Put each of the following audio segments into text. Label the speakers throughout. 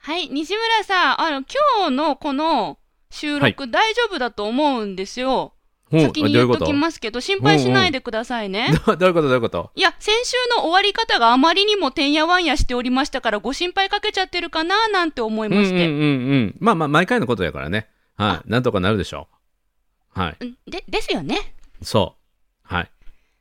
Speaker 1: はい、西村さん、あの、今日のこの収録、大丈夫だと思うんですよ。
Speaker 2: ほう
Speaker 1: 先に
Speaker 2: どう
Speaker 1: 言
Speaker 2: いう
Speaker 1: っ
Speaker 2: こと
Speaker 1: きますけど、心配しないでくださいね。
Speaker 2: どどういうことどういうこと
Speaker 1: いや、先週の終わり方があまりにもてんやわんやしておりましたから、ご心配かけちゃってるかななんて思い
Speaker 2: うんう
Speaker 1: ま
Speaker 2: ん
Speaker 1: し
Speaker 2: うん
Speaker 1: て。
Speaker 2: うん。まあまあ、毎回のことやからね。はい。なんとかなるでしょう。はい。
Speaker 1: うんで、ですよね。
Speaker 2: そう。はい。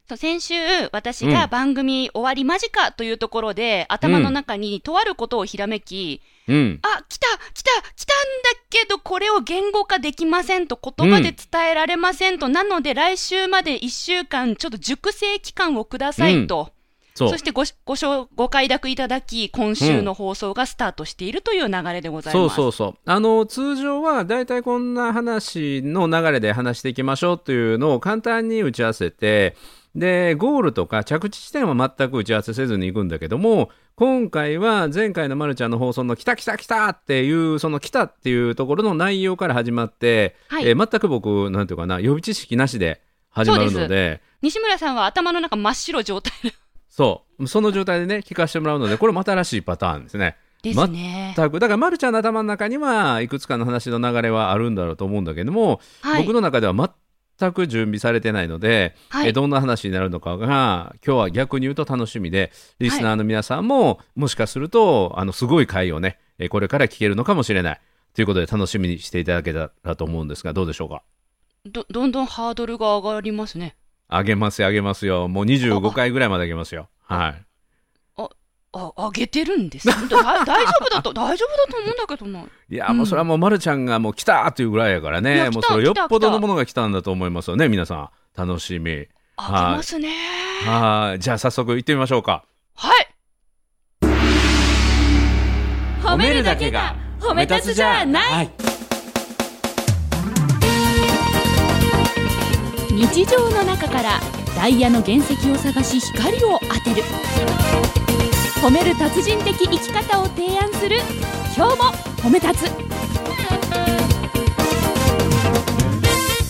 Speaker 1: そう先週、私が
Speaker 2: うん
Speaker 1: 番組終わり間近というところで、頭の中にとあることをひらめき、
Speaker 2: うん。
Speaker 1: あ、来た、来た、来たんだけど、これを言語化できませんと、言葉で伝えられませんと、なので来週まで1週間、ちょっと熟成期間をくださいと、
Speaker 2: そう。
Speaker 1: そしてごご承ご快諾いただき、今週の放送がスタートしているという流れでござい
Speaker 2: そ
Speaker 1: ま
Speaker 2: う
Speaker 1: す。
Speaker 2: そうそうあの通常はだいたいこんな話の流れで話していきましょうというのを簡単に打ち合わせてでゴールとか着地地点は全く打ち合わせせずに行くんだけども今回は前回のまるちゃんの放送の「来た来た来た!」っていうその「来た!」っていうところの内容から始まって、
Speaker 1: はい
Speaker 2: えー全く僕なんていうかな予備知識なしで始まる
Speaker 1: そ
Speaker 2: の
Speaker 1: う
Speaker 2: で
Speaker 1: 西村さんは頭の中真っ白状態
Speaker 2: そうその状態でね聞かせてもらうのでこれまた新しいパターンですね。
Speaker 1: ですね。
Speaker 2: 全くだから、ま、るちゃんの頭の中にはいくつかの話の流れはあるんだろうと思うんだけども、
Speaker 1: はい
Speaker 2: 僕。の中では全く準備されてないので、
Speaker 1: は
Speaker 2: え
Speaker 1: い。
Speaker 2: どんな話になるのかが今日は逆に言うと楽しみでリスナーの皆さんも、もしかするとあのすごい回をねえこれから聞けるのかもしれないということで楽しみにしていただけたらと思うんですがどうでしょうか
Speaker 1: ど、どんどんハードルが上がりますね。
Speaker 2: あげますよあげますよもう25回ぐらいまであ げますよはい
Speaker 1: あ、上げてるんです。 だ大丈夫だと、大丈夫だと思うんだけどな。
Speaker 2: いやもうそれはもうまるちゃんがもう来たというぐらいやから
Speaker 1: い
Speaker 2: ね、
Speaker 1: や来た
Speaker 2: もうそれよっぽど
Speaker 1: 来た来
Speaker 2: の
Speaker 1: た
Speaker 2: ものが来たんだと思いますよね皆さん楽しみ
Speaker 1: 上げますね。
Speaker 2: はいじゃあ早速行ってみましょうか
Speaker 1: はい。
Speaker 2: 褒めるだけが
Speaker 1: 褒め立つじゃない
Speaker 3: 日常の中からダイヤの原石を探し光を当てる褒める達人的生き方を提案する今日も褒め立つ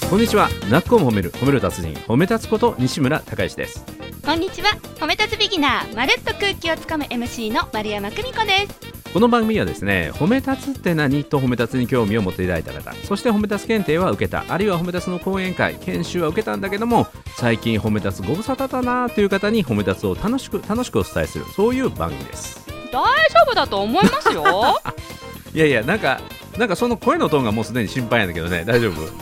Speaker 2: こんにちはなっこも褒める褒める達人褒め立つこと西村孝之です
Speaker 1: こんにちは褒め立つビギナーまるっと空気をつかむ MC の丸山久美子です
Speaker 2: この番組はですね褒め立つって何と褒め立つに興味を持っていただいた方そして褒め立つ検定は受けたあるいは褒め立つの講演会研修は受けたんだけども最近褒め立つご無沙汰だなという方に褒め立つを楽しく楽しくお伝えするそういう番組です
Speaker 1: 大丈夫だと思いますよ
Speaker 2: いやいやなんかなんかその声のトーンがもうすでに心配やんだけどね大丈夫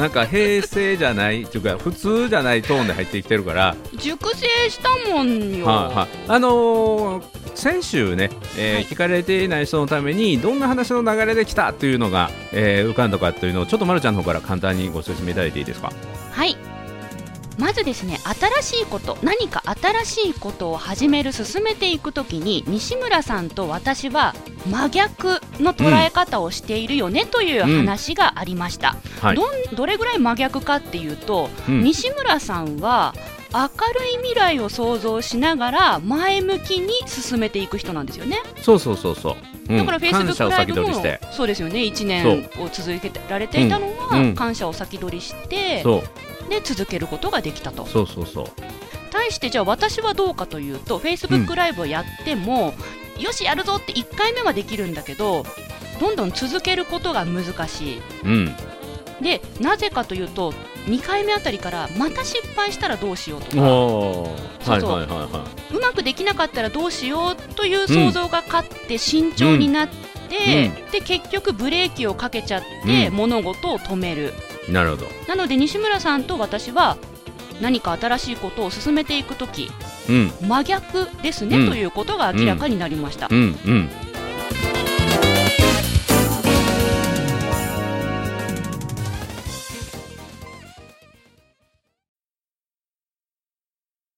Speaker 2: なんか平成じゃないというか普通じゃないトーンで入ってきてるから
Speaker 1: 熟成したもんよ、
Speaker 2: はいはい、あのー先週ね、えー
Speaker 1: はい
Speaker 2: 聞かれていない人のためにどんな話の流れで来たというのが、えー浮かんだかというのをちょっとまるちゃんの方から簡単にご説明いただいていいですか
Speaker 1: はいまずですね新しいこと何か新しいことを始める進めていくときに西村さんと私は真逆の捉え方をしているよね、という話がありました、
Speaker 2: はい、
Speaker 1: どんどれぐらい真逆かっていうと、
Speaker 2: うん
Speaker 1: 西村さんは明るい未来を想像しながら前向きに進めていく人なんですよね。
Speaker 2: そうそうそうそう、うん
Speaker 1: だからフェイスブ
Speaker 2: 感謝
Speaker 1: ッ
Speaker 2: を
Speaker 1: クライ
Speaker 2: 先
Speaker 1: ブ
Speaker 2: 取
Speaker 1: も
Speaker 2: りして
Speaker 1: そうですよね。1年を続けてられていたの
Speaker 2: うんう
Speaker 1: は
Speaker 2: ん
Speaker 1: 感謝を先取りして、
Speaker 2: そう
Speaker 1: で続けることができたと。
Speaker 2: そうそうそう
Speaker 1: 対してじゃあ私はどうかというと、フェイスブックライブをやっても、よしやるぞって1回目はできるんだけど、どんどん続けることが難しい。
Speaker 2: うん
Speaker 1: でなぜかというと2回目あたりからまた失敗したらどうしようとか
Speaker 2: おー
Speaker 1: そ
Speaker 2: は
Speaker 1: う
Speaker 2: い
Speaker 1: そう
Speaker 2: はいはいは
Speaker 1: うまくできなかったらどうしようという想像が勝って慎重になって、で結局ブレーキをかけちゃって
Speaker 2: うん
Speaker 1: 物事を止める、
Speaker 2: いなるほど
Speaker 1: なので西村さんと私は何か新しいことを進めていく時
Speaker 2: うん
Speaker 1: 真逆ですね、
Speaker 2: うん
Speaker 1: ということが明らかになりました、
Speaker 2: うんうん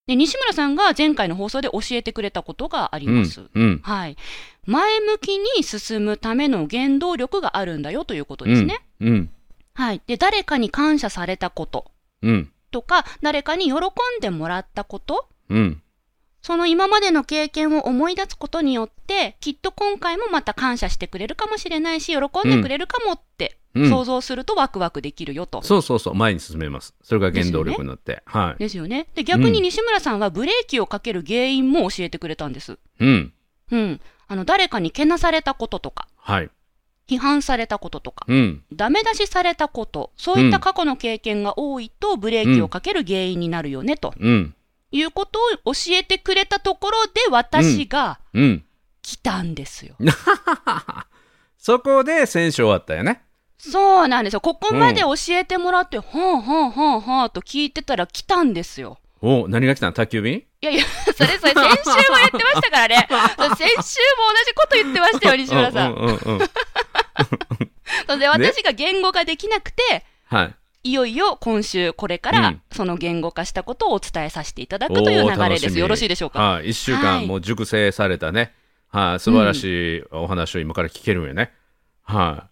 Speaker 1: で西村さんが前回の放送で教えてくれたことがあり
Speaker 2: うん
Speaker 1: ます、
Speaker 2: うん
Speaker 1: はい、前向きに進むための原動力があるんだよということ
Speaker 2: う
Speaker 1: です
Speaker 2: ん
Speaker 1: ね。
Speaker 2: うん
Speaker 1: はい、で誰かに感謝されたこと
Speaker 2: うん
Speaker 1: とか誰かに喜んでもらったこと
Speaker 2: うん
Speaker 1: その今までの経験を思い出すことによってきっと今回もまた感謝してくれるかもしれないし喜んでくれるかもって
Speaker 2: うん
Speaker 1: 想像するとワクワクできるよと。
Speaker 2: そうそうそう前に進めますそれが原動力になって、はい
Speaker 1: ですよね。で逆に西村さんはブレーキをかける原因も教えてくれたんです。
Speaker 2: うん
Speaker 1: うん、あの誰かにけなされたこととか
Speaker 2: はい。
Speaker 3: 批判されたこととか、
Speaker 2: うん。
Speaker 3: ダメ出しされたこと、そういった過去の経験が多いとブレーキをかける原因になるよね、と
Speaker 2: うん。
Speaker 3: いうことを教えてくれたところで私が
Speaker 2: うん。
Speaker 3: 来たんですよ。
Speaker 2: そこで選手終わったよね。
Speaker 3: そうなんですよ。ここまで教えてもらって、ほんほんほんほんと聞いてたら来たんですよ。
Speaker 2: お何が来たの宅急便
Speaker 3: いやいや、 それそれ先週も言ってましたからね。そう 先週も同じこと言ってましたよ、西村さ
Speaker 2: うん
Speaker 3: ん。
Speaker 2: うんうん うん。
Speaker 3: それで私が言語化できなくて、
Speaker 2: はい。
Speaker 3: いよいよ今週これか
Speaker 2: う
Speaker 3: ら
Speaker 2: ん
Speaker 3: その言語化したことをお伝えさせていただくという流れ
Speaker 2: おー楽
Speaker 3: で
Speaker 2: し
Speaker 3: す。
Speaker 2: み
Speaker 3: よろしいでしょうか。
Speaker 2: はい、1週
Speaker 3: は
Speaker 2: 間
Speaker 3: い
Speaker 2: もう熟成されたね、はい、素晴らしいお話を今から聞けるんよね。は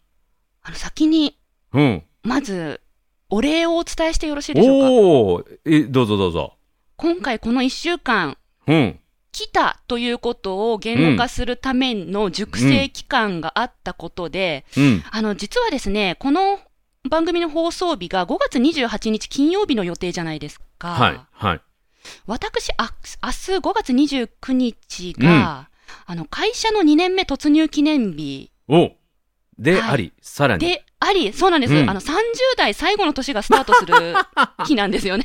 Speaker 3: あの先に、
Speaker 2: い、うん。
Speaker 3: まず、お礼をお伝えしてよろしいでしょうか。
Speaker 2: おおー、えどうぞどうぞ。
Speaker 3: 今回この1週間、
Speaker 2: うん、
Speaker 3: 来たということを言語化するための熟成期間があったことで、
Speaker 2: うん、
Speaker 3: あの、実はですね、この番組の放送日が5月28日金曜日の予定じゃないですか。
Speaker 2: はい、はい。
Speaker 3: 私、あ明日5月29日が、あの、会社の2年目突入記念日
Speaker 2: おで、
Speaker 3: はい
Speaker 2: あり、さらに。
Speaker 3: であり、そうなんです。
Speaker 2: うん
Speaker 3: あの、30代最後の年がスタートする日なんですよね。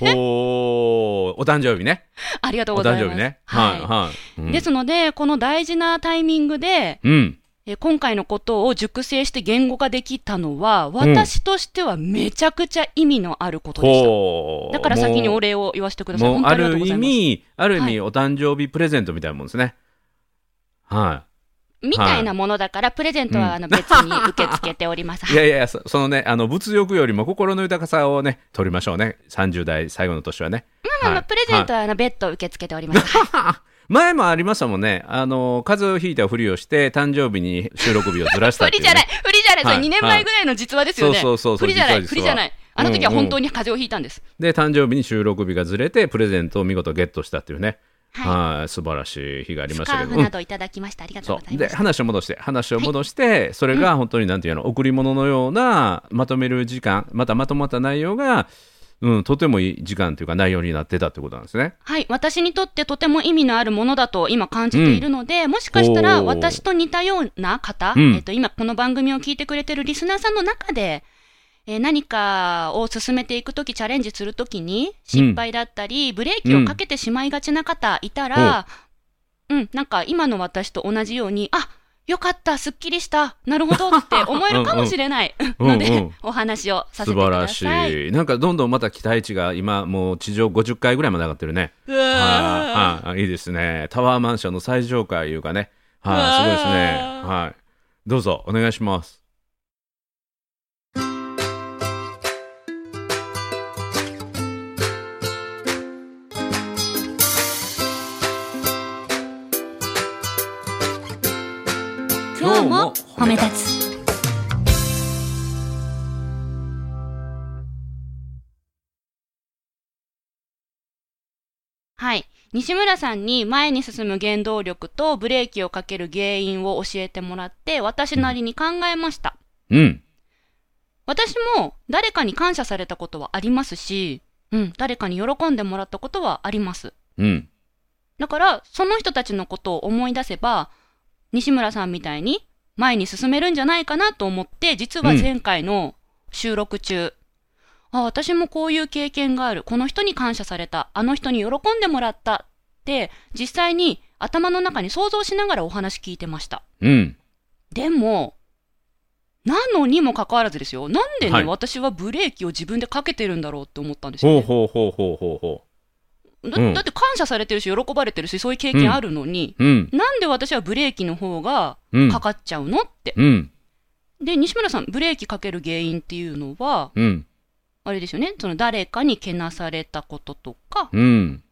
Speaker 2: おお、お誕生日ね。
Speaker 3: ありがと う
Speaker 2: お
Speaker 3: ござい
Speaker 2: 誕
Speaker 3: ま
Speaker 2: 生
Speaker 3: す。
Speaker 2: 日ね。
Speaker 3: は。
Speaker 2: はいい、はい。うん
Speaker 3: ですので、この大事なタイミングで、
Speaker 2: うん。
Speaker 3: えー今回のことを熟成して言語化できたのは、私としてはめちゃくちゃ意味のあることでした。
Speaker 2: ほう
Speaker 3: だから先にお礼を言わせてください。
Speaker 2: もう
Speaker 3: 本
Speaker 2: もう
Speaker 3: 当にあ
Speaker 2: あ
Speaker 3: りがとう
Speaker 2: る
Speaker 3: ござ
Speaker 2: 意
Speaker 3: います。
Speaker 2: 味、ある意
Speaker 3: は
Speaker 2: 味、お誕生日プレゼントみたいなもんですね。はい。
Speaker 3: みたいなものだから、プレゼントはあの別に受け付けており ます。
Speaker 2: いやいやいや、そそのね、あの、物欲よりも心の豊かさをね、取りましょうね。30代最後の年はね。
Speaker 3: まあま
Speaker 2: は
Speaker 3: あ
Speaker 2: い
Speaker 3: プレゼント
Speaker 2: はい
Speaker 3: はあの別途受け付けており ます。
Speaker 2: 前もありましたもんね。あの、風邪をひいたふりをして、誕生日に収録日をずらした
Speaker 3: 不
Speaker 2: っていう、
Speaker 3: 利 じゃない
Speaker 2: ね。、
Speaker 3: 不利じゃない、それ
Speaker 2: はい
Speaker 3: 2年前ぐらいの実話ですよね。
Speaker 2: はいそうそうそうそう
Speaker 3: 不利じゃない、
Speaker 2: 実
Speaker 3: 不
Speaker 2: 話実
Speaker 3: 利
Speaker 2: 話
Speaker 3: じゃない。あの時は本当に風邪をひいたんです。
Speaker 2: で、誕生日に収録日がずれて、プレゼントを見事ゲットしたっていうね。
Speaker 3: は
Speaker 2: はい、素晴らしい日があ
Speaker 3: い。
Speaker 2: り
Speaker 3: ス
Speaker 2: まし
Speaker 3: カ
Speaker 2: たけど。
Speaker 3: ーフ
Speaker 2: うん
Speaker 3: などいただきました。ありがとう
Speaker 2: そ
Speaker 3: ござ
Speaker 2: う
Speaker 3: い
Speaker 2: で
Speaker 3: ます。
Speaker 2: 話を戻して話を戻して、それが本当になんていうの贈り物のようなまとめる時間またまとまった内容が、うん、とてもいい時間というか内容になってたってことなんですね。
Speaker 3: はい。私にとってとても意味のあるものだと今感じているので、もしかしたら
Speaker 2: おー
Speaker 3: 私と似たような方、
Speaker 2: うん
Speaker 3: えっと、今この番組を聞いてくれてるリスナーさんの中で、えー何かを進めていくとき、チャレンジするときに、失敗だったり、ブレーキをかけてしまいがちな方いたら、うん、なんか今の私と同じように、あよかった、すっきりした、なるほどって思えるかもしれない
Speaker 2: うんう
Speaker 3: の
Speaker 2: ん
Speaker 3: で、
Speaker 2: うんうん
Speaker 3: お話をさ
Speaker 2: 素
Speaker 3: せてく
Speaker 2: 晴
Speaker 3: だ
Speaker 2: ら
Speaker 3: さ
Speaker 2: し
Speaker 3: い。
Speaker 2: い。なんかどんどんまた期待値が今もう地上50回ぐらいまで上がってるね。
Speaker 3: うわー
Speaker 2: はいはいいいですね。タワーマンションの最上階いうかね。
Speaker 3: うわー
Speaker 2: はい、すごいですね。はい。どうぞお願いします。
Speaker 4: 今日も褒め立つ
Speaker 3: はい。西村さんに前に進む原動力とブレーキをかける原因を教えてもらって、私なりに考えました。
Speaker 2: うん。
Speaker 3: 私も誰かに感謝されたことはありますし、うん、誰かに喜んでもらったことはあります。
Speaker 2: うん。
Speaker 3: だから、その人たちのことを思い出せば、西村さんみたいに前に進めるんじゃないかなと思って、実は
Speaker 2: うん
Speaker 3: 前回の収録中、あ、私もこういう経験がある。この人に感謝された。あの人に喜んでもらった。って、実際に頭の中に想像しながらお話聞いてました。
Speaker 2: うん。
Speaker 3: でも、なのにもかかわらずですよ。なんでね、
Speaker 2: はい
Speaker 3: 私はブレーキを自分でかけてるんだろうって思ったんです
Speaker 2: ほ
Speaker 3: よ、ね
Speaker 2: うほうほうほうほうほ
Speaker 3: だ。
Speaker 2: うん
Speaker 3: だって感謝されてるし、喜ばれてるし、そういう経験あるのに、
Speaker 2: う。うん。
Speaker 3: なんで私はブレーキの方が
Speaker 2: うん
Speaker 3: か。かっちゃうのって。
Speaker 2: うん。
Speaker 3: で、西村さん、ブレーキかける原因っていうのは、
Speaker 2: うん。
Speaker 3: あれですよね、その誰かにけなされたこととか、
Speaker 2: うん。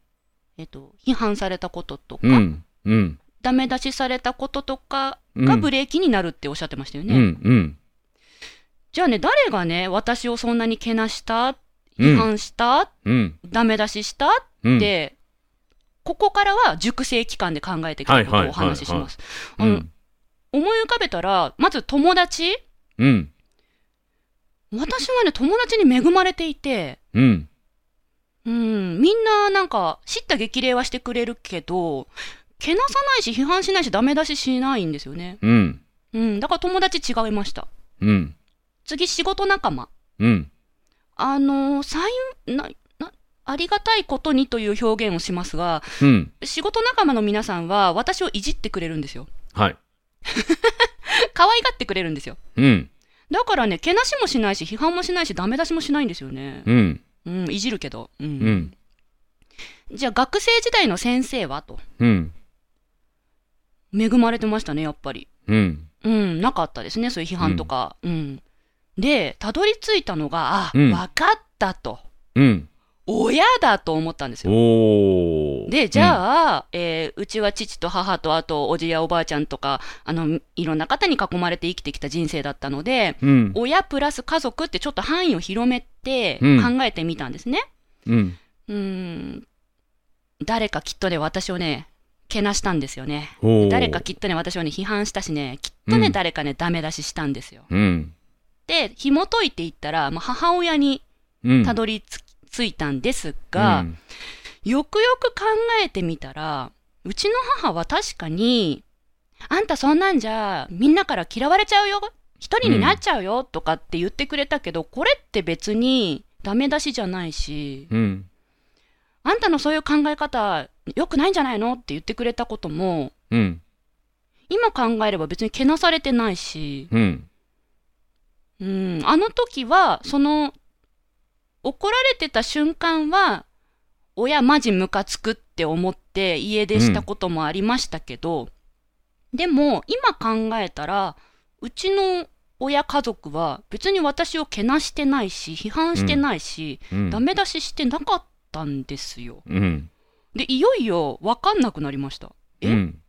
Speaker 3: えっと、批判されたこととか、
Speaker 2: うん。うん。
Speaker 3: ダメ出しされたこととか
Speaker 2: う
Speaker 3: が
Speaker 2: ん
Speaker 3: ブレーキになるっておっしゃってましたよ
Speaker 2: う
Speaker 3: ね。
Speaker 2: ん。うん。
Speaker 3: じゃあね、誰がね、私をそんなにけなした、
Speaker 2: うん
Speaker 3: 批判した、
Speaker 2: うん。
Speaker 3: ダメ出しした
Speaker 2: うん。
Speaker 3: って、ここからは熟成期間で考えてきたことをお話しします。
Speaker 2: う
Speaker 3: あの
Speaker 2: ん。
Speaker 3: 思い浮かべたら、まず友達
Speaker 2: うん。
Speaker 3: 私はね、友達に恵まれていて、
Speaker 2: うん。
Speaker 3: うん、みんななんか、叱咤激励はしてくれるけど、けなさないし、批判しないし、ダメ出ししないんですよね。
Speaker 2: うん。
Speaker 3: ううん、だから友達違いました。
Speaker 2: うん。
Speaker 3: 次、仕事仲間。
Speaker 2: うん。
Speaker 3: あのー、さゆな、な、ありがたいことにという表現をしますが、
Speaker 2: うん。
Speaker 3: 仕事仲間の皆さんは私をいじってくれるんですよ。
Speaker 2: はい。
Speaker 3: 可愛がってくれるんですよ。
Speaker 2: うん。
Speaker 3: だからね、けなしもしないし、批判もしないし、ダメ出しもしないんですよね。
Speaker 2: うん。
Speaker 3: うん、いじるけど。う。
Speaker 2: うんん。
Speaker 3: じゃあ、学生時代の先生はと。
Speaker 2: うん。
Speaker 3: 恵まれてましたね、やっぱり。
Speaker 2: うん。
Speaker 3: うん、なかったですね、そういう批判とか。うん。で、たどり着いたのが、あ、わ、
Speaker 2: うん
Speaker 3: かったと。
Speaker 2: うん。
Speaker 3: 親だと思ったんですよ。
Speaker 2: おー。
Speaker 3: で、じゃあ、えーうちは父と母と、あと、おじやおばあちゃんとか、あの、いろんな方に囲まれて生きてきた人生だったので、
Speaker 2: うん。
Speaker 3: 親プラス家族ってちょっと範囲を広めて
Speaker 2: うん
Speaker 3: 考えてみたんですね。
Speaker 2: うん。
Speaker 3: うーん。誰かきっとね、私をね、けなしたんですよね。
Speaker 2: おー。
Speaker 3: 誰かきっとね、私をね、批判したしね、きっとね、
Speaker 2: うん
Speaker 3: 誰かね、ダメ出ししたんですよ。
Speaker 2: うん。
Speaker 3: で、紐解いていったら、まあ、母親に
Speaker 2: うん。
Speaker 3: たどりつ,、いたんですが、
Speaker 2: うん
Speaker 3: よくよく考えてみたら、うちの母は確かに、あんたそんなんじゃ、みんなから嫌われちゃうよ、一人になっちゃうよ、とかって言ってくれたけど、これって別にダメ出しじゃないし、
Speaker 2: うん。
Speaker 3: あんたのそういう考え方、良くないんじゃないのって言ってくれたことも、
Speaker 2: うん。
Speaker 3: 今考えれば別にけなされてないし、
Speaker 2: うん。
Speaker 3: うん、あの時は、その、怒られてた瞬間は、親マジムカつくって思って家出したこともありましたけど、でも今考えたら、うちの親家族は別に私をけなしてないし、批判してないし、
Speaker 2: うん。
Speaker 3: ダメ出ししてなかったんですよ。
Speaker 2: うん。
Speaker 3: で、いよいよわかんなくなりました。え
Speaker 2: うん。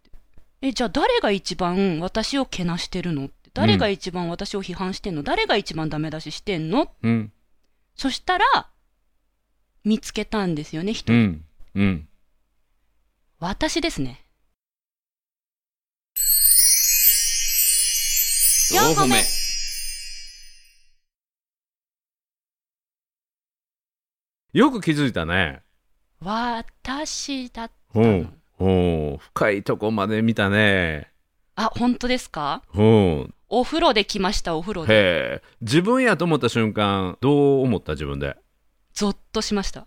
Speaker 3: え、じゃあ誰が一番私をけなしてるのって誰が一番私を批判してんの誰が一番ダメ出ししてんの
Speaker 2: うん。
Speaker 3: そしたら、見つけたんですよね、一
Speaker 2: う
Speaker 3: 人。
Speaker 2: ん。うん。
Speaker 3: 私ですね。
Speaker 2: 四
Speaker 3: 四
Speaker 2: 歩
Speaker 3: 歩
Speaker 2: 目
Speaker 3: 目
Speaker 2: よく気づいたね。
Speaker 3: 私だった
Speaker 2: う
Speaker 3: の
Speaker 2: ん。。おう深いとこまで見たね。
Speaker 3: あ、本当ですか
Speaker 2: うん。
Speaker 3: お風呂で来ました、お風呂で。
Speaker 2: へえ。自分やと思った瞬間、どう思った自分で。
Speaker 3: ゾッとし ました。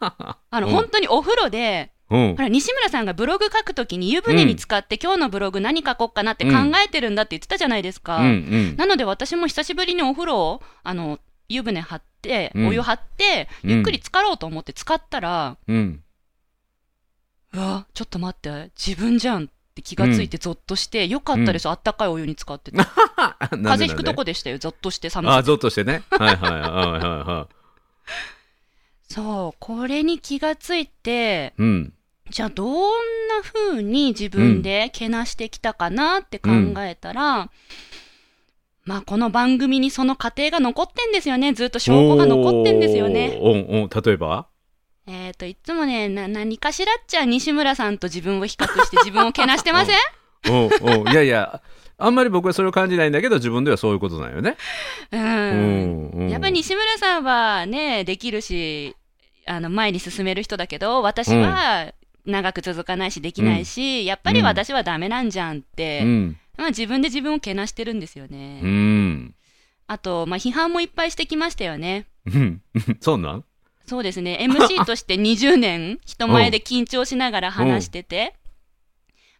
Speaker 3: あの、
Speaker 2: うん
Speaker 3: 本当にお風呂で、
Speaker 2: うん
Speaker 3: ほ。ら、西村さんがブログ書くときに湯船に使って、今日のブログ何書こうかなって考えてるんだって言ってたじゃないですか。
Speaker 2: うんうん。
Speaker 3: なので私も久しぶりにお風呂を、あの、湯船張って、
Speaker 2: うん
Speaker 3: お湯張って、
Speaker 2: うん
Speaker 3: ゆっくり浸かろうと思って使ったら、
Speaker 2: うん。
Speaker 3: うわちょっと待って自分じゃんって気がついてゾッとして、よかったです、あったかいお湯に使ってて風
Speaker 2: 風
Speaker 3: 邪ひくとこでしたよゾッとして寒
Speaker 2: あ、
Speaker 3: さ
Speaker 2: ゾッとしてね。はいはいはいはいは
Speaker 3: そうこれに気がついて
Speaker 2: い。うん。
Speaker 3: じゃあどんな風に自分でけなしてきたかなって考えたら、まあこの番組にその過程が残ってんですよねずっと証拠が残ってんですよね
Speaker 2: おー。おんおん例えば
Speaker 3: えっ、といつもねな何かしらっちゃ西村さんと自分を比較して自分をけなしてません
Speaker 2: おんおんいやいや、あんまり僕はそれを感じないんだけど、自分ではそういうことなんよね。
Speaker 3: うん
Speaker 2: うん
Speaker 3: やっぱり西村さんはね、できるし、あの、前に進める人だけど、私は長く続かないし、できないし、やっぱり私はダメなんじゃんっ
Speaker 2: う
Speaker 3: て、
Speaker 2: ん。
Speaker 3: まあ自分で自分をけなしてるんですよね。
Speaker 2: うん。
Speaker 3: あと、まあ批判もいっぱいしてきましたよね。
Speaker 2: うん。そうなん
Speaker 3: そうです ね、MC として20年、人前で緊張しながら話してて、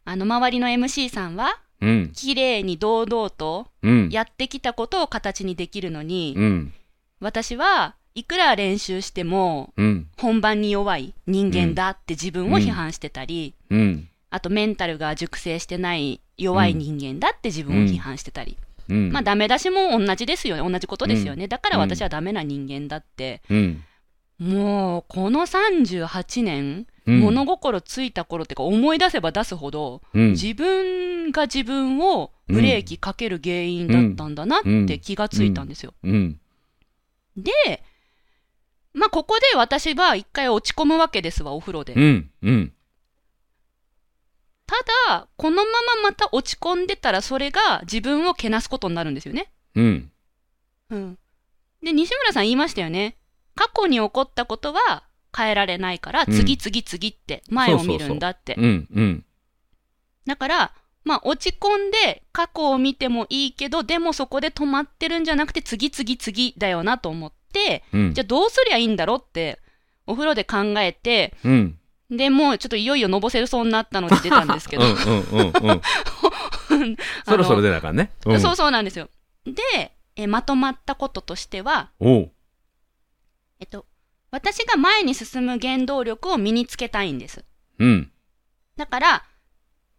Speaker 3: あの、周りの MC さんは、
Speaker 2: うん。
Speaker 3: 綺麗に堂々と
Speaker 2: うん。
Speaker 3: やってきたことを形にできるのに、
Speaker 2: うん。
Speaker 3: 私はいくら練習しても、
Speaker 2: うん。
Speaker 3: 本番に弱い人間だって自分を批判してたり、
Speaker 2: うん。
Speaker 3: あとメンタルが熟成してない弱い人間だって自分を批判してたり、
Speaker 2: うん。
Speaker 3: まあダメ出しも同じですよね同じことですよね、だから私はダメな人間だって、
Speaker 2: うん。
Speaker 3: もうこの38年、
Speaker 2: うん
Speaker 3: 物心ついた頃っていうか思い出せば出すほど、
Speaker 2: うん。
Speaker 3: 自分が自分をブレーキかける原因だったんだなって気がついたんですよ。
Speaker 2: うん。
Speaker 3: でまあここで私は一回落ち込むわけですわお風呂で。
Speaker 2: うん。うん。
Speaker 3: ただ、このまままた落ち込んでたら、それが自分をけなすことになるんですよね。
Speaker 2: うん。
Speaker 3: うん。で、西村さん言いましたよね。過去に起こったことは変えられないから、
Speaker 2: うん
Speaker 3: 次次次って、前を見るんだって。
Speaker 2: うん。うん。
Speaker 3: だから、まあ、落ち込んで過去を見てもいいけどでもそこで止まってるんじゃなくて次次次だよなと思って
Speaker 2: うん
Speaker 3: じゃあどうすりゃいいんだろうってお風呂で考えて
Speaker 2: うん
Speaker 3: でもうちょっといよいよのぼせるそうになったので出たんです け
Speaker 2: う
Speaker 3: ど
Speaker 2: んうんうんうんそろそろ出なあかんね
Speaker 3: あの
Speaker 2: ん
Speaker 3: そうそうなんですよでえまとまったこととしては
Speaker 2: おう
Speaker 3: えっと私が前に進む原動力を身につけたいんです
Speaker 2: うん
Speaker 3: だから、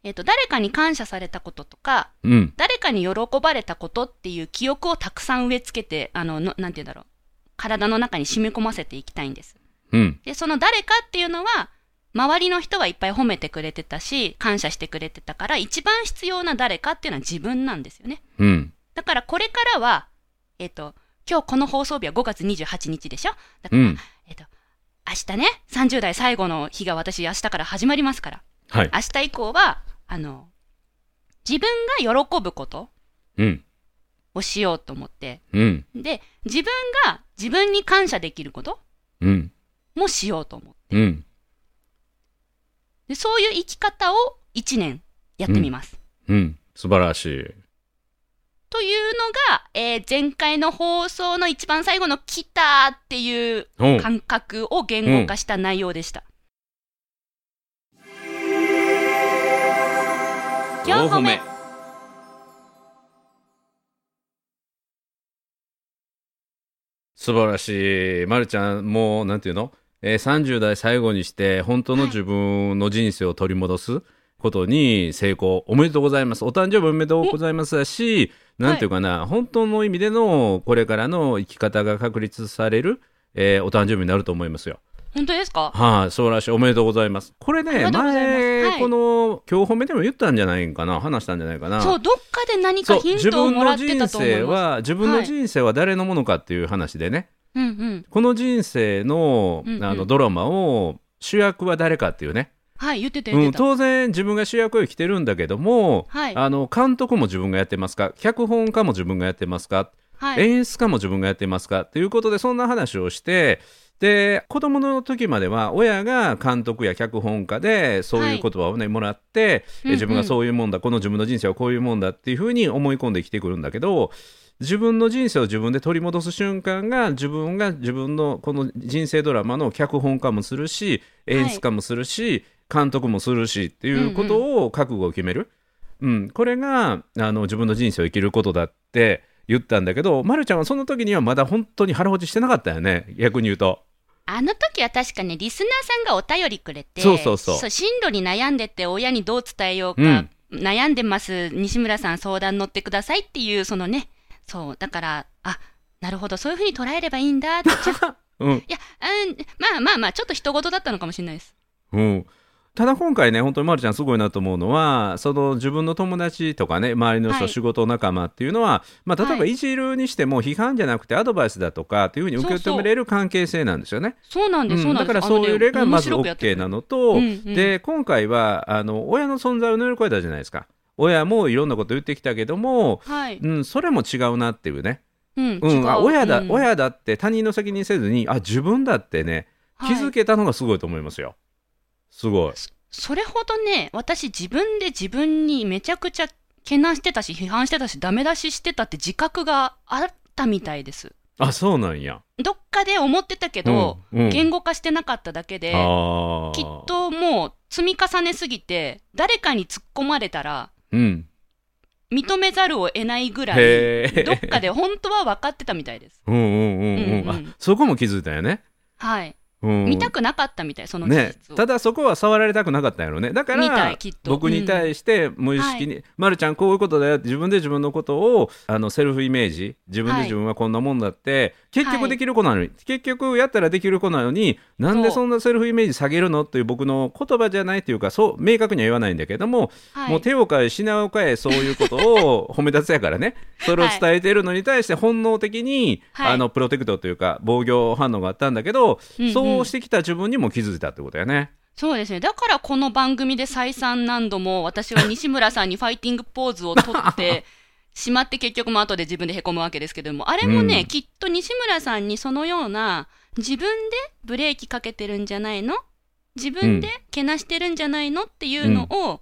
Speaker 3: えっと誰かに感謝されたこととか
Speaker 2: うん
Speaker 3: 誰かに喜ばれたことっていう記憶をたくさん植え付けてあののなんて言うんだろう体の中に染み込ませていきたいんです
Speaker 2: うん
Speaker 3: でその誰かっていうのは周りの人はいっぱい褒めてくれてたし感謝してくれてたから一番必要な誰かっていうのは自分なんですよね
Speaker 2: うん
Speaker 3: だからこれからはえっ、と今日この放送日は5月28日でしょだか
Speaker 2: う
Speaker 3: ら、
Speaker 2: ん
Speaker 3: えっ、と明日ね30代最後の日が私明日から始まりますから
Speaker 2: はい
Speaker 3: 明日以降はあの自分が喜ぶこと
Speaker 2: うん
Speaker 3: をしようと思って
Speaker 2: うん
Speaker 3: で自分が自分に感謝できること
Speaker 2: うん
Speaker 3: もしようと思う
Speaker 2: うん
Speaker 3: でそういう生き方を1年やってみます、
Speaker 2: うん素晴らしい
Speaker 3: というのが、えー前回の放送の一番最後の「来た!」っていう
Speaker 2: おう
Speaker 3: 感覚を言語化した内容でした、4歩目
Speaker 2: 素晴らしい、ま、るちゃんもうなんていうの、えー、30代最後にして本当の自分の人生を取り戻すことに成功おめでとうございますお誕生日おめでとうございますだしなんていうかな、本当の意味でのこれからの生き方が確立される、えーお誕生日になると思いますよ。
Speaker 3: 本当ですか
Speaker 2: はい、素晴らしい。おめでとうございます。これ
Speaker 3: あり
Speaker 2: ね、
Speaker 3: がとうございます
Speaker 2: 前、
Speaker 3: はい
Speaker 2: この、今日褒めでも言ったんじゃないかな、話したんじゃないかな。
Speaker 3: そうどっかで何
Speaker 2: そ
Speaker 3: か
Speaker 2: う、
Speaker 3: ヒントをもらってたと思い
Speaker 2: 自分の人生
Speaker 3: ます
Speaker 2: は、自分の人生は誰のものかっていう話でね、
Speaker 3: うんうん
Speaker 2: この人生の、
Speaker 3: うんうん
Speaker 2: あの、ドラマを、主役は誰かっていうね、
Speaker 3: はい言ってた
Speaker 2: う
Speaker 3: 言っ
Speaker 2: ん、
Speaker 3: てた、
Speaker 2: 当然自分が主役を生きてるんだけども、
Speaker 3: はい
Speaker 2: あの監督も自分がやってますか脚本家も自分がやってますか
Speaker 3: はい、
Speaker 2: 演出家も自分がやってますかということでそんな話をしてで子供の時までは親が監督や脚本家でそういう言葉をね、もらって、え
Speaker 3: うんうん
Speaker 2: 自分がそういうもんだこの自分の人生はこういうもんだっていうふうに思い込んで生きてくるんだけど自分の人生を自分で取り戻す瞬間が自分が自分のこの人生ドラマの脚本家もするし演出家もするし、監督もするしっていうことを覚悟を決める。うん、これがあの自分の人生を生きることだって言ったんだけど、ま、るちゃんはその時にはまだ本当に腹落ちしてなかったよね逆に言うと。
Speaker 3: あの時は確かねリスナーさんがお便りくれて
Speaker 2: そうそうそう
Speaker 3: 進路に悩んでて親にどう伝えようか、
Speaker 2: うん
Speaker 3: 悩んでます西村さん相談乗ってくださいっていうそのねそうだからあなるほどそういうふうに捉えればいいんだってちょ
Speaker 2: うん
Speaker 3: いや、うん、まあまあまあちょっと人事だったのかもしれないです
Speaker 2: うんただ今回ね本当にまるちゃんすごいなと思うのはその自分の友達とかね周りの人、
Speaker 3: はい
Speaker 2: 仕事仲間っていうのは、まあ、例えば
Speaker 3: はい
Speaker 2: いじるにしても批判じゃなくてアドバイスだとかっていうふうに受け止めれる関係性なんですよね。
Speaker 3: そうなんです、
Speaker 2: う
Speaker 3: そうんな
Speaker 2: だ
Speaker 3: んで
Speaker 2: か
Speaker 3: す
Speaker 2: らそういう例がまず
Speaker 3: あのね面白くやってくれ
Speaker 2: OK
Speaker 3: る
Speaker 2: なのと、
Speaker 3: うんうん
Speaker 2: で今回はあの親の存在を乗り越えたじゃないですか親もいろんなこと言ってきたけども、
Speaker 3: はい、
Speaker 2: うん、それも違うなっていうね、
Speaker 3: うん
Speaker 2: う
Speaker 3: 違
Speaker 2: ん、あ
Speaker 3: う
Speaker 2: 親だ、
Speaker 3: うん
Speaker 2: 親だって他人の責任せずにあ自分だってね気づ
Speaker 3: はい
Speaker 2: けたのがすごいと思いますよ。すごい。
Speaker 3: それほどね私自分で自分にめちゃくちゃけなしてたし批判してたしダメ出ししてたって自覚があったみたいです
Speaker 2: あそうなんや。
Speaker 3: どっかで思ってたけど、
Speaker 2: うんうん
Speaker 3: 言語化してなかっただけで、
Speaker 2: あー
Speaker 3: きっともう積み重ねすぎて誰かに突っ込まれたら
Speaker 2: うん、
Speaker 3: 認めざるを得ないぐらい
Speaker 2: へえ。
Speaker 3: どっかで本当は分かってたみたいです。
Speaker 2: うんうんうんうん。
Speaker 3: うんうん
Speaker 2: あそこも気づいたよね。
Speaker 3: はい、
Speaker 2: うん、
Speaker 3: 見たくなかったみたいその事
Speaker 2: ね
Speaker 3: 実を、
Speaker 2: ただそこは触られたくなかったんやろうねだか
Speaker 3: みた
Speaker 2: ら
Speaker 3: いきっと
Speaker 2: 僕に対して無意識に「ま、るちゃんこういうことだよ」って自分で自分のことをあのセルフイメージ自分で
Speaker 3: はい
Speaker 2: 自分はこんなもんだって、結
Speaker 3: は
Speaker 2: 局
Speaker 3: い
Speaker 2: できる子なのに、結局やったらできる子なのになんで
Speaker 3: そう
Speaker 2: そんなセルフイメージ下げるのっていう僕の言葉じゃないというかそう明確には言わないんだけども、
Speaker 3: はい
Speaker 2: もう手を変え品を変えそういうことを 褒め立つやからねそれを伝えているのに対して本能的に、
Speaker 3: はい
Speaker 2: あのプロテクトというか防御反応があったんだけど、
Speaker 3: うんうん
Speaker 2: そうしてきた自分にも気づいたってことやね。
Speaker 3: そうですねだからこの番組で再三何度も 私は西村さんにファイティングポーズを取ってしまって結局も後で自分でへこむわけですけどもあれもね、
Speaker 2: うん
Speaker 3: きっと西村さんにそのような自分でブレーキかけてるんじゃないの自分でけなしてるんじゃないのっていうのを、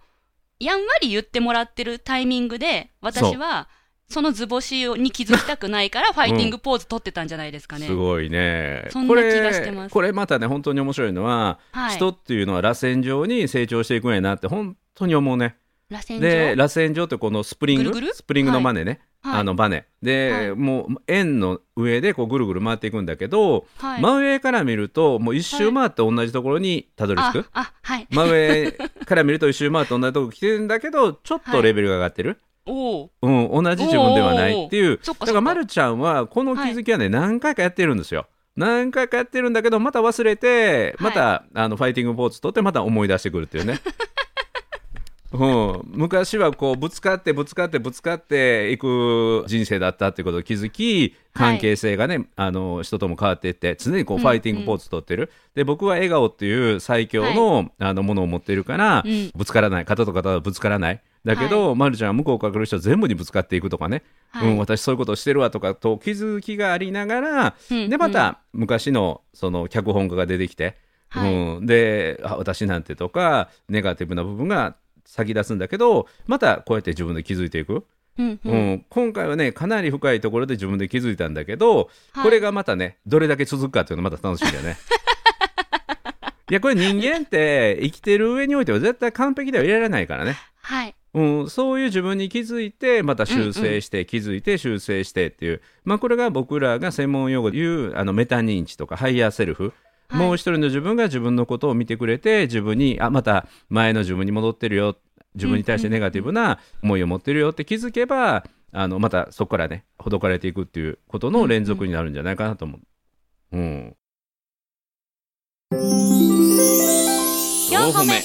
Speaker 3: やんわり言ってもらってるタイミングで、私は、その図星に気づきたくないから、ファイティングポーズ取ってたんじゃないですかね。
Speaker 2: すごいね
Speaker 3: そんな
Speaker 2: これ
Speaker 3: 気がしてます
Speaker 2: これまたね本当に面白いのは、
Speaker 3: はい。
Speaker 2: 人っていうのは螺旋状に成長していくんやなって本当に思うね
Speaker 3: 螺旋
Speaker 2: で
Speaker 3: 状。
Speaker 2: 螺旋状ってこのスプリング
Speaker 3: ぐるぐる
Speaker 2: スプリングのバネね、
Speaker 3: はい
Speaker 2: あのバネで、
Speaker 3: はい
Speaker 2: もう円の上でこうぐるぐる回っていくんだけど、
Speaker 3: はい。
Speaker 2: 真上から見るともう一周回って同じところにたどり着く、
Speaker 3: あ、あ、はい。
Speaker 2: 真上から見ると一周回って同じところに来てるんだけどちょっとレベルが上がってる、
Speaker 3: おお。
Speaker 2: うん、同じ自分ではないっていう
Speaker 3: そっかそっか
Speaker 2: だからまるちゃんはこの気づきはね、何回かやってるんですよ何回かやってるんだけどまた忘れてまた、あのファイティングポーズ取ってまた思い出してくるっていうね うん、昔はこうぶつかってぶつかってぶつかっていく人生だったってことを気づき
Speaker 3: はい
Speaker 2: 関係性がね、あの人とも変わっていって常にこうファイティングポーズ取ってる、で僕は笑顔っていう最強の,、あのものを持っているから、
Speaker 3: うん
Speaker 2: ぶつからない肩と肩はぶつからないだけど、まるちゃんは向こうから来る人全部にぶつかっていくとかね、
Speaker 3: はい
Speaker 2: うん、私そういうことをしてるわとかと気づきがありながら、
Speaker 3: うん
Speaker 2: でまた昔のその脚本家が出てきて、
Speaker 3: はい
Speaker 2: うん、であ私なんてとかネガティブな部分が先立つんだけどまたこうやって自分で気づいていく、
Speaker 3: うんう
Speaker 2: うん
Speaker 3: ん。
Speaker 2: 今回はねかなり深いところで自分で気づいたんだけど、
Speaker 3: はい
Speaker 2: これがまたねどれだけ続くかっていうのまた楽しみだ ね。いやこれ人間って生きてる上においては絶対完璧ではいられないからね。
Speaker 3: はい。
Speaker 2: うん、そういう自分に気づいてまた修正して、気づいて修正してっていう、まあ、これが僕らが専門用語で言うあのメタ認知とかハイヤーセルフ、
Speaker 3: はい
Speaker 2: もう一人の自分が自分のことを見てくれて自分にあまた前の自分に戻ってるよ自分に対してネガティブな思いを持ってるよって気づけばあのまたそこからねほどかれていくっていうことの連続になるんじゃないかなと思う。うん、
Speaker 3: 4個目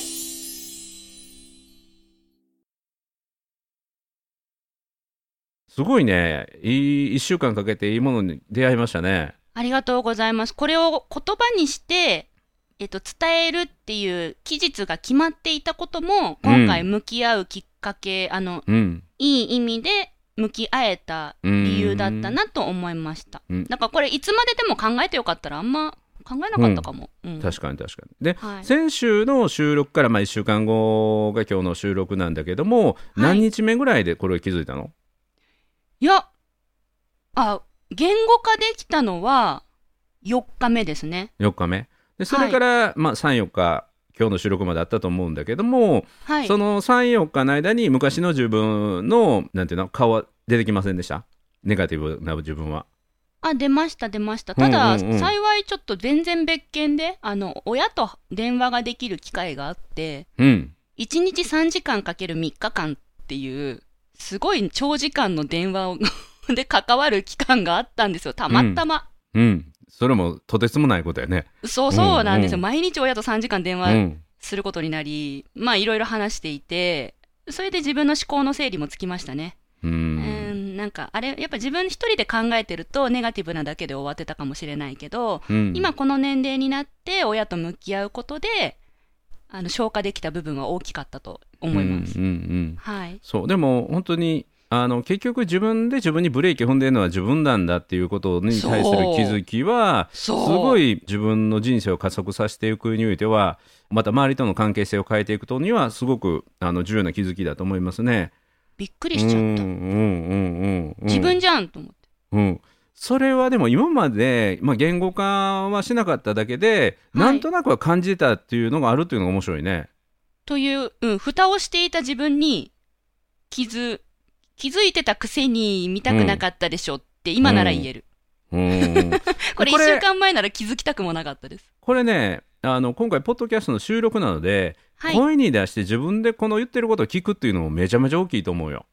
Speaker 2: すごいねいい1週間かけていいものに出会いましたね。
Speaker 3: ありがとうございます。これを言葉にして、えっと、伝えるっていう期日が決まっていたことも、今回向き合うきっかけ、あの、
Speaker 2: うん、
Speaker 3: いい意味で向き合えた理由だったなと思いました。
Speaker 2: うん
Speaker 3: なんかこれ、いつまででも考えてよかったら、あんま考えなかったかも。うん
Speaker 2: 確かに確かに。で、
Speaker 3: はい
Speaker 2: 先週の収録からまあ1週間後が今日の収録なんだけども、
Speaker 3: い
Speaker 2: 何日目ぐらいでこれを気づいたの
Speaker 3: いや、あ、言語化できたのは、4日目ですね。
Speaker 2: 4日目でそれから、まあ、34日今日の収録まであったと思うんだけども、
Speaker 3: はい。
Speaker 2: その34日の間に昔の自分のなんていうの顔は出てきませんでしたネガティブな自分は。
Speaker 3: あ出ました出ましたただ、
Speaker 2: うんうんうん
Speaker 3: 幸いちょっと全然別件であの親と電話ができる機会があって
Speaker 2: うん、
Speaker 3: 1日3時間かける3日間っていうすごい長時間の電話を で関わる期間があったんですよたまたま、
Speaker 2: うん、それもとてつもないことやね。
Speaker 3: そうそうなんですよ、
Speaker 2: うんうん
Speaker 3: 毎日親と3時間電
Speaker 2: う
Speaker 3: 話
Speaker 2: ん、
Speaker 3: することになり、まあいろいろ話していてそれで自分の思考の整理もつきましたね
Speaker 2: う、
Speaker 3: うんんなんかあれやっぱ自分一人で考えてるとネガティブなだけで終わってたかもしれないけど
Speaker 2: うん
Speaker 3: 今この年齢になって親と向き合うことであの消化できた部分は大きかったと思います。
Speaker 2: うんうんうん
Speaker 3: はい、
Speaker 2: そうでも本当にあの結局自分で自分にブレーキ踏んでるのは自分なんだっていうことに対する気づきはす
Speaker 3: そう
Speaker 2: ごい自分の人生を加速させていくにおいてはまた周りとの関係性を変えていくことにはすごくあの重要な気づきだと思いますね。
Speaker 3: びっくりしちゃった。
Speaker 2: うんうんうんうんうん
Speaker 3: 自分じゃんと思って。
Speaker 2: うん、それはでも今まで、まあ、言語化はしなかっただけで、
Speaker 3: はい
Speaker 2: なんとなくは感じたっていうのがあるっていうのが面白いね。
Speaker 3: という、うん、蓋をしていた自分に気づ気づいてたくせに見たくなかったでしょって今なら言える。
Speaker 2: うん
Speaker 3: これ1
Speaker 2: これ
Speaker 3: 週間前なら気づきたくもなかったです。
Speaker 2: これねあの今回ポッドキャストの収録なので、
Speaker 3: はい。
Speaker 2: 声に出して自分でこの言ってることを聞くっていうのもめちゃめちゃ大きいと思うよ。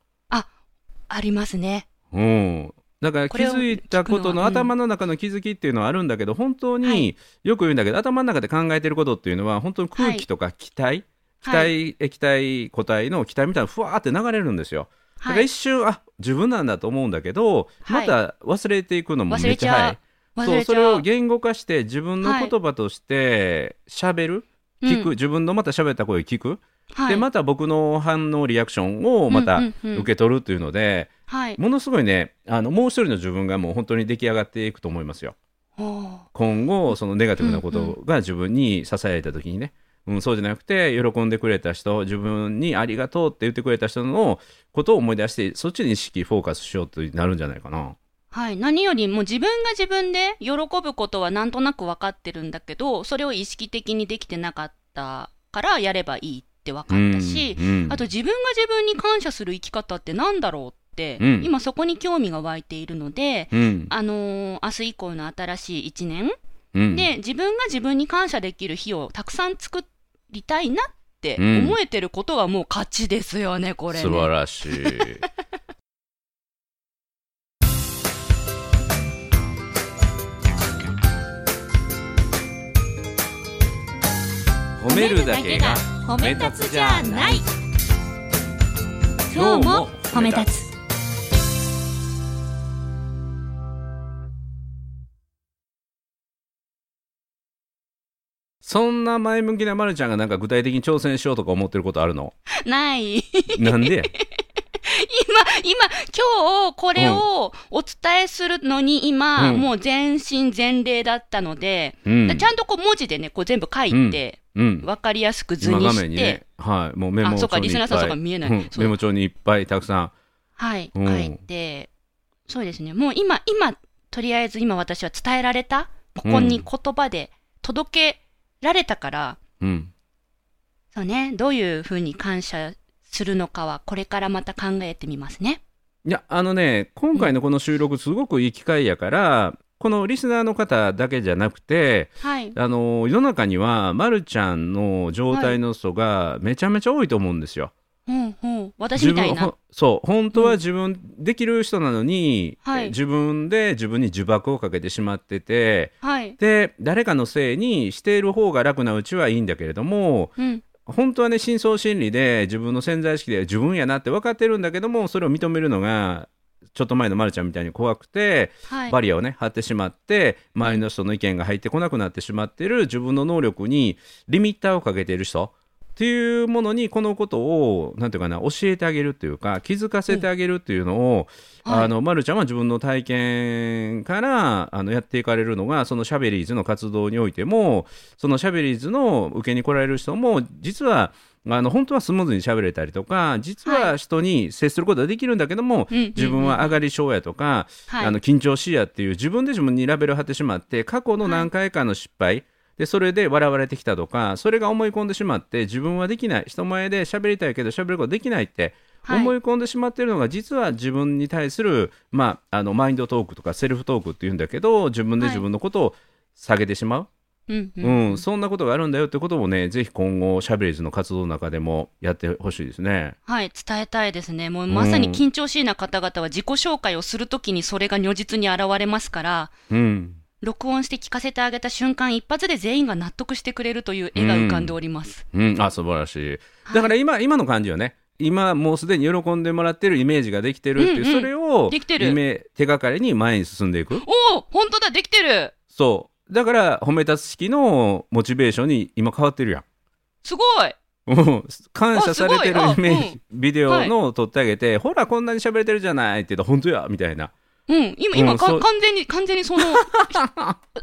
Speaker 3: ありますね。
Speaker 2: うん、だから
Speaker 3: こ
Speaker 2: 気
Speaker 3: れを
Speaker 2: づいたこと
Speaker 3: 聞くの
Speaker 2: の
Speaker 3: は
Speaker 2: 頭の中の気づきっていうのはあるんだけど本当
Speaker 3: は
Speaker 2: に
Speaker 3: い
Speaker 2: よく言うんだけど、頭の中で考えてることっていうのは本当に空気とか気体、気
Speaker 3: は
Speaker 2: 体
Speaker 3: い。
Speaker 2: 液体固体の気体みたいなふわーって流れるんですよ。だか
Speaker 3: は
Speaker 2: ら
Speaker 3: い、
Speaker 2: 一瞬あ自分なんだと思うんだけど、
Speaker 3: はい
Speaker 2: また忘れていくのも
Speaker 3: 忘
Speaker 2: め
Speaker 3: れ
Speaker 2: っち
Speaker 3: ち
Speaker 2: ゃ早
Speaker 3: ゃ。。
Speaker 2: いうそ
Speaker 3: 忘
Speaker 2: う
Speaker 3: れち
Speaker 2: それ
Speaker 3: ゃ
Speaker 2: を
Speaker 3: う。
Speaker 2: 言語化して自分の言葉として喋る、聞く、
Speaker 3: うん
Speaker 2: 自分のまた喋った声を聞く、
Speaker 3: はい、
Speaker 2: でまた僕の反応リアクションをまた
Speaker 3: うんうんうん
Speaker 2: 受け取るというので、
Speaker 3: はい。
Speaker 2: ものすごいねあのもう一人の自分がもう本当に出来上がっていくと思いますよ
Speaker 3: おー
Speaker 2: 今後そのネガティブなことが自分に支えられた時にね、ううん、そうじゃなくて喜んでくれた人自分にありがとうって言ってくれた人のことを思い出してそっちに意識フォーカスしようとなるんじゃないかな。
Speaker 3: はい、何よりも自分が自分で喜ぶことはなんとなく分かってるんだけどそれを意識的にできてなかったからやればいいって分かったし、
Speaker 2: うんうん
Speaker 3: あと自分が自分に感謝する生き方ってなんだろうって、
Speaker 2: うん
Speaker 3: 今そこに興味が湧いているので、
Speaker 2: うん
Speaker 3: あのー明日以降の新しい1年
Speaker 2: うん
Speaker 3: で自分が自分に感謝できる日をたくさん作りたいなって思えてることはもう勝ちですよね、これね。
Speaker 2: 素晴ら しい。褒めるだけが
Speaker 4: 褒
Speaker 2: め立つじゃない
Speaker 4: 今日も褒め立つ
Speaker 2: そんな前向きなまるちゃんがなんか具体的に挑戦しようとか思ってることあるの
Speaker 3: ない。
Speaker 2: なんでや
Speaker 3: 今、今、今日、これをお伝えするのに今、
Speaker 2: うん
Speaker 3: もう全身全霊だったので、
Speaker 2: うん
Speaker 3: ちゃんとこう文字でね、こう全部書いて、
Speaker 2: うん
Speaker 3: わかりやすく図
Speaker 2: 今
Speaker 3: に
Speaker 2: 画
Speaker 3: して、
Speaker 2: 面にねはいもうメモ
Speaker 3: あそ
Speaker 2: 帳
Speaker 3: うか
Speaker 2: にいっ
Speaker 3: リスナーさん
Speaker 2: ぱい
Speaker 3: そうか見えない
Speaker 2: うん
Speaker 3: そう
Speaker 2: メモ帳にいっぱいたくさ
Speaker 3: はい、
Speaker 2: うん
Speaker 3: 書いて、そうですね、もう今、今、とりあえず今私は伝えられた、ここに言葉で届けられたから、
Speaker 2: んうん
Speaker 3: そうね、どういうふうに感謝するのかは、これからまた考えてみますね。
Speaker 2: いやあのね今回のこの収録すごくいい機会やからこのリスナーの方だけじゃなくて
Speaker 3: はい。
Speaker 2: あの世の中にはまるちゃんの状態の人がめちゃめちゃ多いと思うんですよ。
Speaker 3: うんうん。私みたい
Speaker 2: 自分
Speaker 3: な。
Speaker 2: ほそう本当は自分、できる人なのに、
Speaker 3: はい
Speaker 2: 自分で自分に呪縛をかけてしまってて
Speaker 3: はい。
Speaker 2: で誰かのせいにしている方が楽なうちはいいんだけれども
Speaker 3: うん。
Speaker 2: 本当はね深層心理で自分の潜在意識で自分やなって分かってるんだけどもそれを認めるのがちょっと前のまるちゃんみたいに怖くて、
Speaker 3: はい。
Speaker 2: バリアをね張ってしまって周りの人の意見が入ってこなくなってしまってる自分の能力にリミッターをかけている人っていうものにこのことをなんていうかな教えてあげるというか気づかせてあげるっていうのを、
Speaker 3: はい
Speaker 2: あのま、るちゃんは自分の体験からあのやっていかれるのがそのシャベリーズの活動においてもそのシャベリーズの受けに来られる人も実はあの本当はスムーズに喋れたりとか実は人に接することができるんだけども、
Speaker 3: うんうんうん
Speaker 2: 自分は上がり症やとか、
Speaker 3: はい
Speaker 2: あの緊張しいやっていう自分で自分にラベル貼ってしまって過去の何回かの失敗、でそれで笑われてきたとかそれが思い込んでしまって自分はできない人前で喋りたいけど喋ることできないって
Speaker 3: はい
Speaker 2: 思い込んでしまってるのが、実は自分に対する、まあ、あのマインドトークとかセルフトークっていうんだけど自分で自分のことを下げてしまう、
Speaker 3: うんうん
Speaker 2: うんそんなことがあるんだよってこともねぜひ今後しゃべりずの活動の中でもやってほしいですね。
Speaker 3: はい、伝えたいですね。もうまさに緊張しいな方々は自己紹介をするときにそれが如実に現れますから、
Speaker 2: うん
Speaker 3: 録音して聞かせてあげた瞬間、一発で全員が納得してくれるという絵が浮かんでおります。
Speaker 2: うん、あ素晴らしい。だから今、今の感じよね。今もうすでに喜んでもらってるイメージができてるっていう、
Speaker 3: うんうん
Speaker 2: それを
Speaker 3: できてる
Speaker 2: イメ手がかりに前に進んでいく。
Speaker 3: おお本当だできてる
Speaker 2: そう。だから褒め立つ式のモチベーションに今変わってるやん。
Speaker 3: すごい
Speaker 2: うん感謝されてる
Speaker 3: あすごいあ
Speaker 2: イメー
Speaker 3: う
Speaker 2: ジ、ビデオのを撮ってあげて、ほらこんなに喋れてるじゃないって言ったら本当やみたいな。
Speaker 3: うん、今、今、
Speaker 2: うん
Speaker 3: か
Speaker 2: そう
Speaker 3: 完全に、完全に その、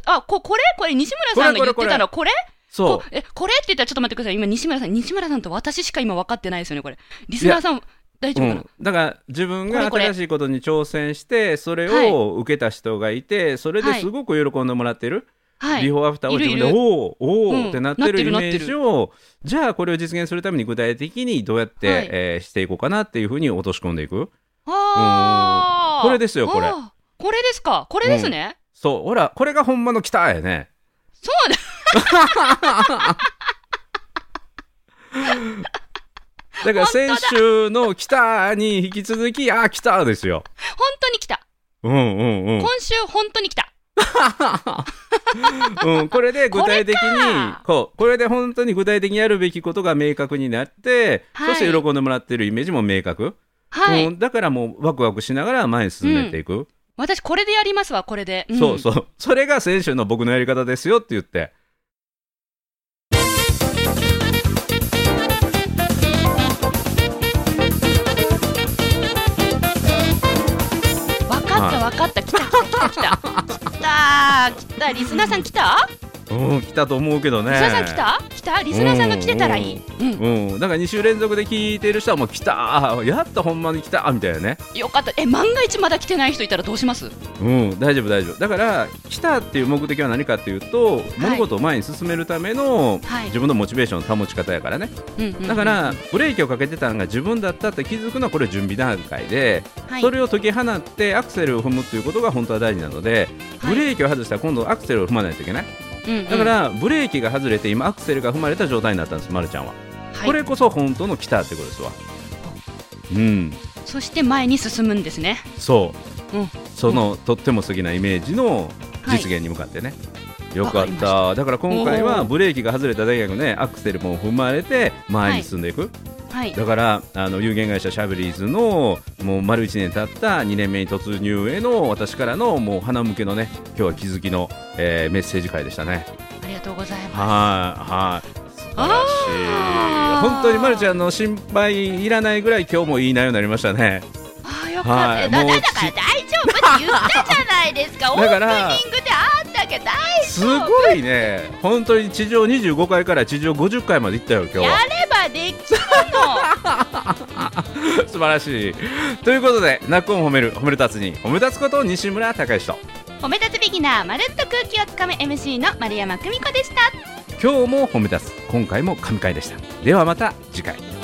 Speaker 3: あ、こ、これこれ、西村さんが言ってたの、これ
Speaker 2: そ
Speaker 3: こえ、これって言ったらちょっと待ってください。今、西村さん、西村さんと私しか今分かってないですよね、これ。リスナーさん、大
Speaker 2: う。
Speaker 3: 丈
Speaker 2: う
Speaker 3: 夫かな、
Speaker 2: ん、だから自分が
Speaker 3: これこれ
Speaker 2: 新しいことに挑戦してそれを受けた人がいてそれですごく喜んでもらってる、
Speaker 3: はい。
Speaker 2: ビフォーアフターを
Speaker 3: いる
Speaker 2: 自分でお
Speaker 3: いる
Speaker 2: おおお
Speaker 3: うん
Speaker 2: ってなってるイ
Speaker 3: なって
Speaker 2: メ
Speaker 3: る
Speaker 2: ージをじゃあこれを実現するために具体的にどうやって、
Speaker 3: はい
Speaker 2: えーしていこうかなっていうふうに落とし込んでいく
Speaker 3: ああ。
Speaker 2: うんこれですよこれ
Speaker 3: あー。これですか。これですね。
Speaker 2: そうほらこれがほんまの来たやね
Speaker 3: そう だ。
Speaker 2: だから先週の来たに引き続きあー来たですよ
Speaker 3: 本当に来た。
Speaker 2: うんうんうん
Speaker 3: 今週本当に来た。
Speaker 2: うん、これで具体的に
Speaker 3: これか
Speaker 2: こうこれで本当に具体的にやるべきことが明確になって、
Speaker 3: はい
Speaker 2: そして喜んでもらってるイメージも明確、
Speaker 3: はい。
Speaker 2: うん、だからもうワクワクしながら前に進めていく、
Speaker 3: 私これでやりますわ。これで。ん
Speaker 2: そうそう。それが先週の僕のやり方ですよって言って。
Speaker 3: 分かった
Speaker 2: は
Speaker 3: 分かった。来た来た来た来た。来た来た。リスナーさん来た？
Speaker 2: うん、来たと思うけどね。
Speaker 3: リスナーさん来た？来たリスナーさんが来てたらいい、うん
Speaker 2: うん、だから2週連続で聞いてる人はもう来たやっとほんまに来たみたいなね、
Speaker 3: よかったえ万が一まだ来てない人いたらどうします
Speaker 2: うん、大丈夫大丈夫だから来たっていう目的は何かっていうと、物事を前に進めるための
Speaker 3: はい
Speaker 2: 自分のモチベーションの保ち方やからね、
Speaker 3: うんうんうん
Speaker 2: だからブレーキをかけてたのが自分だったって気づくのはこれ準備段階で、
Speaker 3: はい
Speaker 2: それを解き放ってアクセルを踏むっていうことが本当は大事なので、
Speaker 3: は
Speaker 2: ブ
Speaker 3: い
Speaker 2: レーキを外したら今度アクセルを踏まないといけない
Speaker 3: うんうん
Speaker 2: だから、ブレーキが外れて今アクセルが踏まれた状態になったんです、ま、るちゃんは、
Speaker 3: はい
Speaker 2: これこそ本当の来たってことですわうん
Speaker 3: そして前に進むんですね
Speaker 2: そう、
Speaker 3: うん
Speaker 2: その、とっても好きなイメージの実現に向かってね、よか
Speaker 3: わ
Speaker 2: っ
Speaker 3: かりました
Speaker 2: だから今回は
Speaker 3: おー
Speaker 2: ブレーキが外れただけじゃなくねアクセルも踏まれて前に進んでいく、
Speaker 3: はい
Speaker 2: だからあの有限会社シャブリーズのもう丸1年経った2年目に突入への私からのもう花向けのね今日は気づきの、えーメッセージ会でしたね
Speaker 3: ありがとうございます
Speaker 2: はいはい素晴ら
Speaker 3: あ
Speaker 2: しい
Speaker 3: ー
Speaker 2: 本当にまるちゃんの心配いらないぐらい今日もいい内容になりましたね
Speaker 3: ああよかった、
Speaker 2: はい
Speaker 3: だ
Speaker 2: もう
Speaker 3: だから大丈夫って言ったじゃないですかオ ー
Speaker 2: だ
Speaker 3: プ
Speaker 2: から
Speaker 3: ニングであったけど
Speaker 2: すごいね本当に地上25階から地上50階まで行ったよ今日
Speaker 3: や
Speaker 2: は
Speaker 3: ればできたの
Speaker 2: 素晴らしいということで「泣くを褒める褒める達に褒め立つこと西村隆之と
Speaker 3: 褒め立つビギナーまるっと空気をつかむ MC の丸山久美子でした
Speaker 2: 今日も褒め立つ今回も神回でしたではまた次回